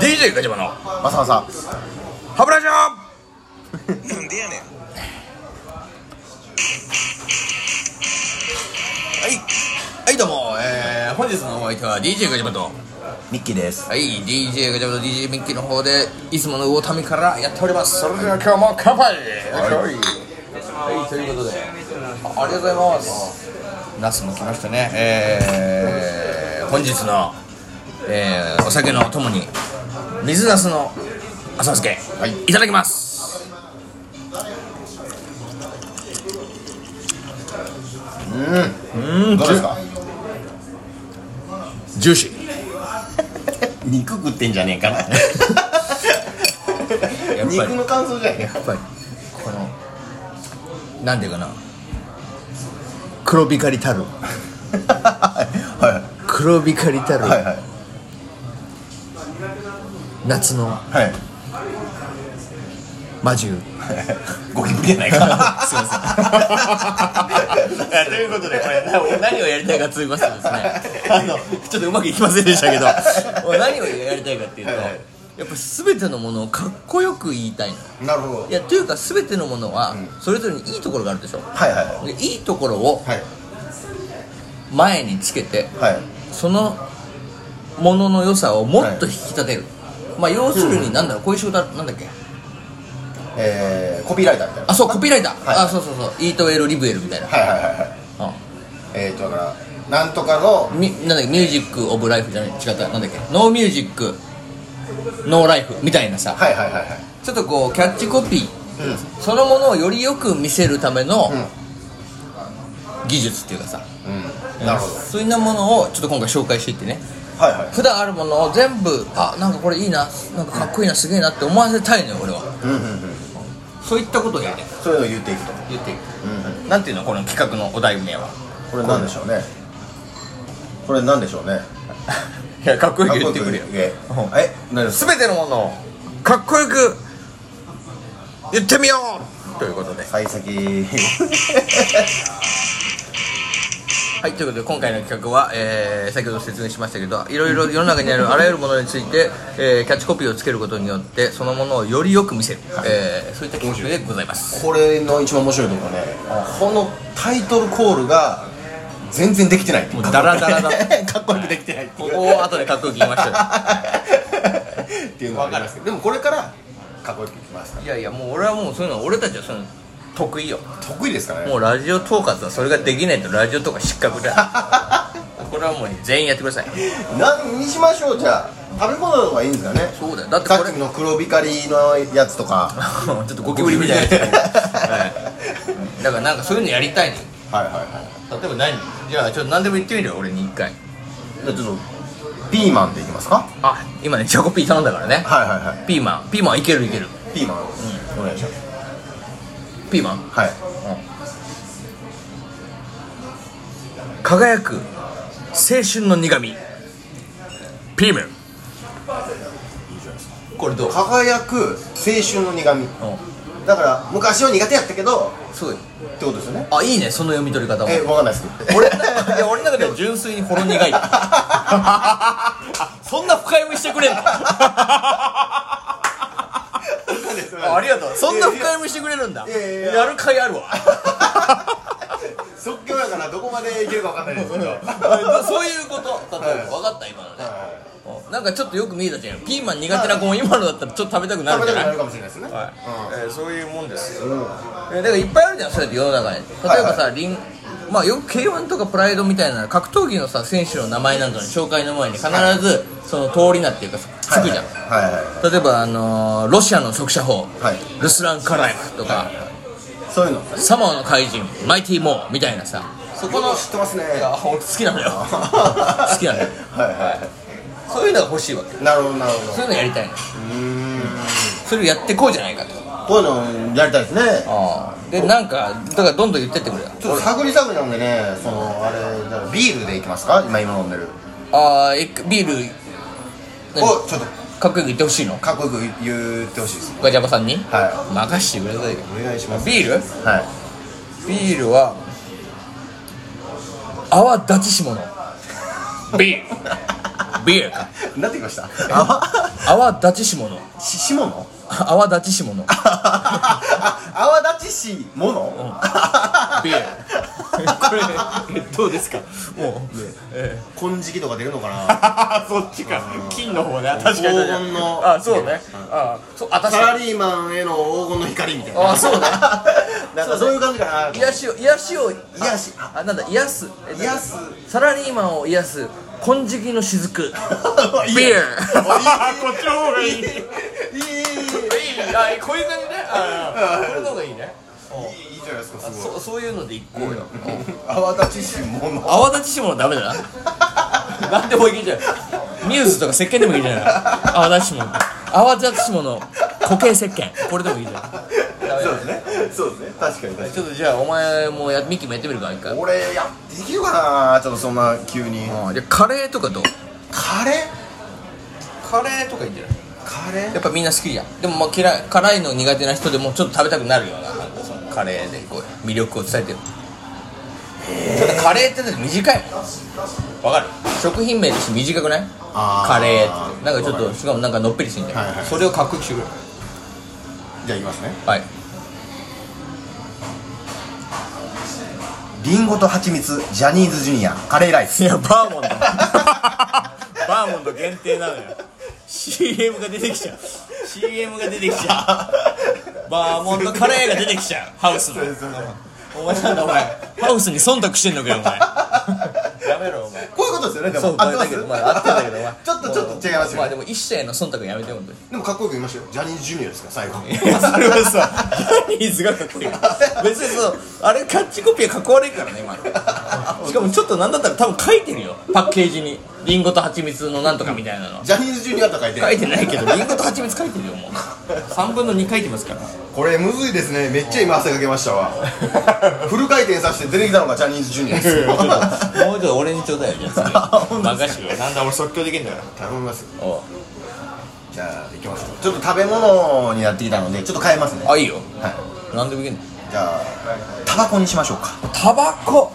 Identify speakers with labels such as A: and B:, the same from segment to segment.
A: DJ ガチャバの
B: マサマサ
A: 歯ブラシは
C: なんでやねん
A: はいどうも、えー、本日のお相手は DJ ガチャバと
B: ミッキーです
A: はい DJ ガチャバと DJ ミッキーの方でいつもの魚民からやっておりますそれでは今日も乾杯はい、はい、ということであありがとうございますナスも来ましたねえー、本日の、えー、お酒のお供に水ナスの浅漬け、
B: はい
A: いただきます
B: どうですか
A: ジューシー
B: 肉食ってんじゃねえかな
A: やっぱり
B: 肉の感想じゃねえ
A: や
B: か
A: っぱりこのなんていうかな黒光りたる
B: は
A: 黒光りたる、
B: いはいはい
A: 夏の
B: はい
A: 魔 獣
B: ゴキブリやない かすいませんということでこれ
A: 何をやりたいかと言いますとですね
B: あの
A: ちょっとうまくいきませんでしたけど何をやりたいかっていうと、
B: はいはい
A: やっぱ全てのものをかっこよく言いたいの
B: なるほど
A: いやというか全てのものはそれぞれにいいところがあるでしょ
B: はいはいは
A: でいいところを
B: い
A: 前につけて
B: はいはい
A: そのものの良さをもっと引き立てる、まあ要するになんだろうこういう仕事はなんだっけ
B: えーコピーライターみたいな
A: あそうコピーライター、
B: はい
A: あそうそうそうイートエルリブエルみたいな、
B: はいはいはいはいえーとだからなんとかの
A: うんみなんだっけミュージック・オブ・ライフじゃない違ったなんだっけノーミュージックノーライフみたいなさ
B: はいはいはいはい
A: ちょっとこうキャッチコピー
B: うん
A: そのものをよりよく見せるための
B: うん
A: 技術っていうかさ、
B: うんなるほど
A: そういうようなものをちょっと今回紹介していってね
B: はいはい
A: 普段あるものを全部あなんかこれいいななんかかっこいいなすげえなって思わせたいのよ俺は
B: うんうんうん
A: そういったことをやりたい
B: そういうのを言っていくと
A: 言っていく
B: うん
A: なんていうのこの企画のお題名は
B: これなんでしょうねこれなんでしょうね
A: いやかっこよく言って
B: あ
A: くれよ
B: これえ
A: うん
B: え何です
A: 全てのものをかっこよく言ってみようということで
B: 幸先
A: はいということで今回の企画は、えー先ほど説明しましたけどいろいろ世の中にあるあらゆるものについて、えーキャッチコピーをつけることによってそのものをよりよく見せる、えーそういった企画でございます
B: これの一番面白いところねこのタイトルコールが全然できてない
A: もうダラダラだ
B: かっこよくできてないってい
A: こ
B: う
A: こを後でかっこよく言いましたよ
B: っていうのはありますけどでもこれからかっこよくいきますから
A: いやいやもう俺はもうそういうの俺たちはそういうの得意よ
B: 得意ですからね
A: もうラジオ統括はそれができないとラジオとか失格だ これはもう全員やってください
B: 何にしましょうじゃあ食べ物の方がいいんですかね
A: そうだよだって
B: さ
A: こ
B: っ
A: れ
B: きの黒光りのやつとか
A: ちょっとゴキブリみ たいなやつ、はい、だからなんかそういうのやりたいの
B: はいはいはい
A: 例えば何じゃあちょっと何でも言ってみるよ俺に一回
B: じゃあちょっとピーマンでいきますか
A: あ今ねチョコピー頼んだからね
B: はいはいはい
A: ピーマンピーマンいけるいける
B: ピーマン、お願いします
A: ピーマン、
B: はい
A: 輝く青春の苦味ピーマンこれどう
B: 輝く青春の苦味だから昔は苦手やったけど
A: すごい
B: ってことですよね
A: あいいねその読み取り方も
B: えわかんないですけど
A: 俺の中 でいや俺の中では純粋にほろ苦い そんな深読みしてく れんのありがとうそんな深読みしてくれるんだ
B: いやいやいや
A: やるかいあるわ
B: 即興やからどこまでいけるかわかんないですけど
A: そういうこと例えば分かった今のねなんかちょっとよく見えたじゃんピーマン苦手な子も今のだったらちょっと食べたくなる
B: 食
A: んじ
B: べた
A: ゃ
B: く
A: ない
B: なるかもしれないですね
A: はいえーそういうもんですよ、
B: うん
A: えーだからいっぱいあるじゃんそうやって世の中に例えばさ、リンまあよく K1 とかプライドみたいな格闘技のさ選手の名前なんかの紹介の前に必ずその通り名っていうかさつくじゃん、
B: はいはいは
A: 例えばあのーロシアの速射砲、
B: はい
A: ルスラン・カラエフとか、
B: いそういうの
A: サモアの怪人マイティ・モーみたいなさそこの
B: 知ってますね
A: いや 俺好きな のよ好きなのよ
B: はいは
A: そういうのが欲しいわけ
B: いなるほどなるほ
A: そうい
B: ど
A: うのやりたいの
B: うーん
A: それをやってこうじゃないかと
B: こういうのやりたいですね
A: でなんかだからどんどん言ってってくれよ
B: ちょっと探り探りなんでねそのあれじゃあビールでいきますか今今飲んでる
A: あーえビール何
B: をちょっと
A: かっこよく言ってほしいの
B: かっこよく言ってほしいです
A: ガジャバさんに
B: は
A: 任してくださいよ
B: いお願いします
A: ビール
B: はい
A: ビールは泡立ちしものビールビールか
B: なってきました泡
A: 泡立ちし者
B: ししもの
A: 泡立ちし者
B: あ泡立ちしもの、
A: ビーこれどうですかもう、え
B: 金色とか出るのかな
A: え、そっちか金の方ね確かに
B: 黄金の
A: あそうねあそう あ確
B: サラ
A: かに
B: リーマンへの黄金の光みたい な
A: あそうね
B: なんかそういう感じかな
A: 癒しを癒しを
B: 癒し
A: あなんだ癒すえ
B: 癒す
A: サラリーマンを癒す金色の雫
B: いい
A: ビール
B: こ
A: っちの方がいいいい
B: いいいいいいいい
A: あこういう感じねあこれの方がいいね
B: いじゃないですかすごい
A: そうそういうのでいこうよ、
B: 泡立ちしもの
A: 泡立ちしてもダメだななんでもいけんじゃんミューズとか石鹸でもいいじゃない泡立ちしもの泡立ちしもの固形石鹸これでもいいじゃん
B: そうですねそうですね確かに確かに
A: ちょっとじゃあお前もやミッキーもやってみるか一回
B: 俺やできるかなちょっとそんな急に
A: あじゃあカレーとかどう
B: カレー
A: カレーとかいいんじゃない
B: カレ
A: やっぱみんな好きじゃんでもまあ嫌い辛いの苦手な人でもちょっと食べたくなるようななんかそのカレーでこう魅力を伝えてるただカレーってだって短いもんわかる食品名として短くない
B: あー
A: カレーってなんかちょっとしかもなんかのっぺりしてんじゃん、
B: はいはい
A: それをかっこよくしてくれ
B: ーじゃあいきますね
A: はい
B: リンゴと蜂蜜ジャニーズジュニアカレーライス
A: いやバーモンド バーモンド限定なのよ CM が出てきちゃう CM が出てきちゃうバーモンドカレーが出てきちゃうハウスのお前なんだお前ハウスに忖度してんのかよお前やめろお前
B: こういうことですよねで
A: そう
B: も合ってます
A: だけどまあ合ってんだけどお前
B: ちょっとちょっと違います
A: まあ
B: よ
A: でも一社への忖度やめてほんとに
B: でもかっこよく言いましたよジャニーズジュニアですから最後
A: いやそれはさジャニーズがかっこいい別にそうあれキャッチコピーはかっこ悪いからね今のしかもちょっとなんだったら多分書いてるよパッケージにリンゴと蜂蜜のなんとかみたいなの
B: ジャニーズジュニアとかいて
A: 書いてないけどリンゴと蜂蜜書いてるよもう3分の2書いてますから
B: これむずいですねめっちゃ今汗かけまし たわフル回転させて出てきたのがジャニーズジュニアです よ
A: もうちょっと俺にちょうだいよじゃ あ次任してくれなんだ俺即興できんだから
B: 頼みますよ
A: おう
B: じゃあ行きますちょっと食べ物になってきたのでちょっと変えますね
A: あいいよ
B: はい
A: 何でもいけんの
B: じゃあタバコにしましょうか
A: タバコ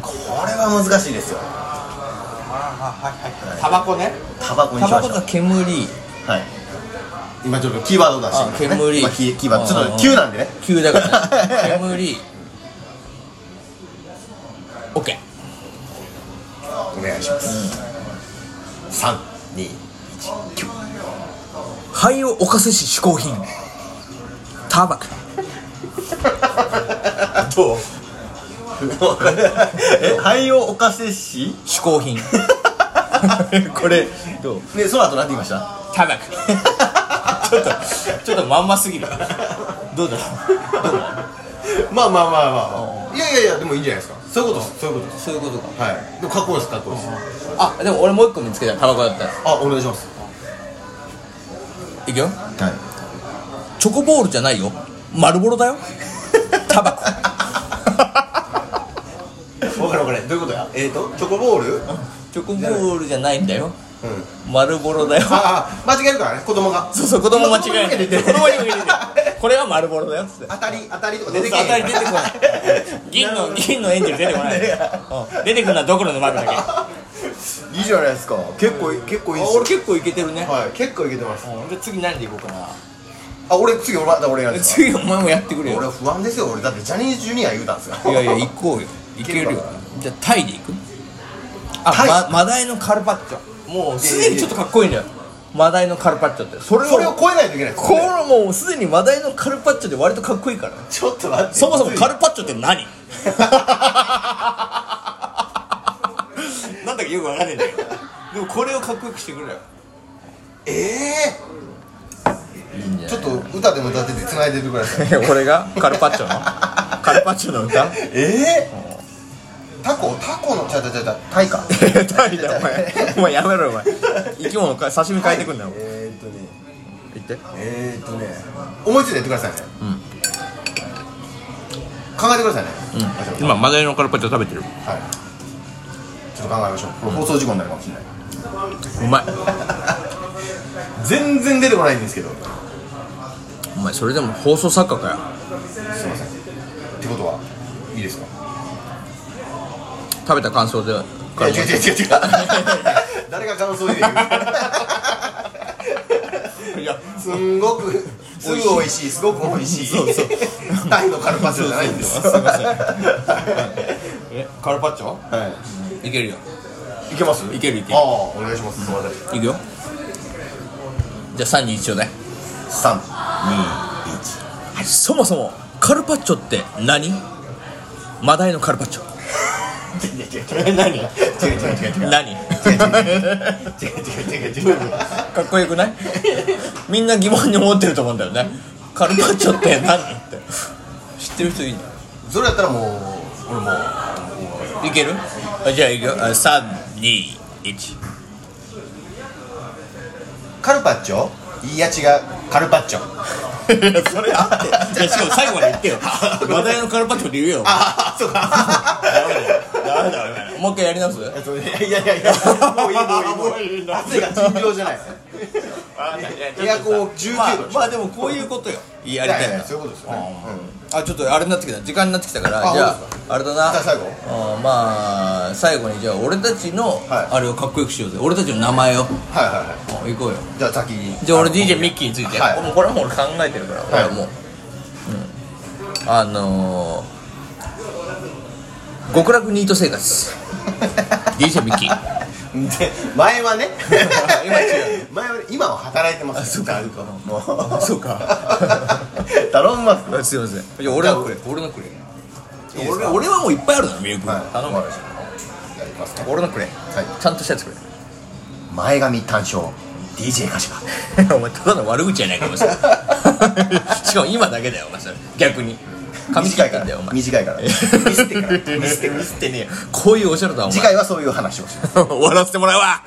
B: これは難しいですよ
A: タバコね
B: タバコに
A: タ
B: しま
A: バ
B: し
A: コ
B: ょう
A: と煙
B: はい今ちょっとキーワード出してみますね
A: あ煙
B: 今キーキーワードち
A: う
B: ょ
A: ん
B: っ
A: うん
B: と急なんでね
A: 急 だ からね煙オッケー
B: お願いします三二
A: 灰を犯せし嗜好品タ バコ
B: どうえ廃を犯せし
A: 嗜好 品
B: これ
A: どう
B: ねその後何て言いました
A: タバコちょっとちょっとまんますぎるどうだろうどうだろ
B: まあまあまあまあいやいやいやでもいいんじゃないですかそういうことですそういうことで
A: うそういうことか
B: すはいでもかっこいいですかっこいいです
A: あでも俺もう一個見つけたタバコだったら
B: あお願いします
A: いくよ
B: はい
A: チョコボールじゃないよ丸ボロ だよタバコ
B: 分かる分かるどういうことやえっとチョコボール
A: チョコボールじゃないんだよ
B: うん
A: 丸ボロだよ
B: ああ間違えるからね子供が
A: そうそう子供間違えない
B: 子
A: 子
B: 供
A: 供
B: に
A: にも入
B: も入れ
A: れ
B: て
A: てこれは丸ボロだよっつって
B: 当たり当たりとか
A: 当
B: 出てけえへん
A: たり出てこない銀の銀のエンジェル出てこないうん出てくるのはドクロの丸だけあ
B: いいじゃないですか結構い結構いいです
A: 俺
B: よ
A: 結構いけてるね
B: はい結構いけてます
A: うんじゃあ次何でいこうかな
B: あ俺次俺だ俺やるんですか
A: 次お前もやってくれ
B: 俺
A: よ
B: 不安ですよ俺だってジャニーズジュニア言うたんですか
A: い
B: ら
A: やいや 行こうよいけるよじゃあタイで行く
B: タイ
A: あ、ま、マダイのカルパッチョもうすでにちょっとかっこいいんだよマダイのカルパッチョってそれを
B: それを超えないといけないです
A: こ
B: よね
A: れもうすでにマダイのカルパッチョで割とかっこいいから
B: ちょっと待って
A: そもそもカルパッチョって何なんだかよくわかんねえんだけどでもこれをかっこよくしてくれよ
B: ええー、ちょっと歌でも歌ってて繋いでてくださ い
A: 俺がカルパッチョのカルパッチョの 歌
B: ええタコタコのちゃうちゃうちゃうちゃうタイか
A: タイだお前お前やめろお前生き物か刺身 変えてくんなよ
B: えーっとね
A: 言って
B: えーっとね思いついてやってくださいねうん考えてくださいねうん
A: 今マダイのカルパッチョ食べてる
B: はいちょっと考えましょうこれ放送事故になるかもしれないう
A: まい
B: 全然出てこないんですけど
A: お前それでも放送作家かよ
B: すいませんってことはいいですか
A: 食べた感想で
B: いや違う違う違う違う 誰が感想言うねんいやすんごくすぐ美味しいすごく美味しい
A: そうそう
B: タイのカルパッチョじゃないんです
A: そうそうそうすいません
B: は
A: えカルパッチョいけるよ
B: いいけます
A: いけるいける
B: ああお願いしますすみません
A: いくよじゃあ321ちょうだい
B: 三
A: そもそもカルパッチョって何マダイのカルパッチ ョ
B: 違う違う違う何違う違う違う違う
A: 何
B: 違う違う違う違う違う違う
A: かっこよくない みんな疑問に思ってると思うんだよねカルパッチョって何って知ってる人いる
B: それやったらもう俺もう
A: いけるあじゃあいくよあ321
B: カルパッチョいや違うカルパッチョ
A: それあっていやしかも最後まで言って よマダイのカルパッチョって言うよ
B: ああそうか
A: ダメだダメだもう一回やり直す
B: えっといやいやいやいやもういいもういいもういい汗が尋常じゃないエアコンを19
A: まあ
B: 度、
A: まあでもこういうことよや
B: い
A: り
B: や
A: た
B: い
A: い
B: や
A: な
B: そういうことですよね
A: あちょっとあれになってきた時間になってきたから
B: あ
A: じゃ
B: そうで
A: ああれだな
B: じゃあ最後
A: あーまあ最後にじゃあ俺たちの
B: はい
A: あれをかっこよくしようぜ俺たちの名前をあ
B: はいはいは
A: 行こうよ
B: いじゃあ先に
A: じゃあ俺 DJ ミッキーについて
B: はい
A: もうこれはもう俺考えてるから俺はもううんあのー極楽ニート生活 DJ ミッキー
B: で前はね
A: 今違
B: う前はね今は働いてますそうかもう
A: そうか
B: 頼みま す
A: あすいませんじゃあ俺のくれ俺のくれ俺俺はもういっぱいあるの魅力
B: はい
A: 頼む
B: やりますね
A: 俺のくれ
B: はい
A: ちゃんとしたやつくれ
B: 前髪単勝 DJ 歌手が
A: お前ただの悪口じゃないかもし れないしかも今だけだよお前それ逆に髪切
B: 短
A: っ
B: い
A: て
B: か
A: んだよ
B: ら
A: お前
B: 短いからミ スってからミスってミスってね
A: こういうおしゃれだお
B: 次
A: 前
B: 回はそういう話をします
A: 終わらせてもらうわ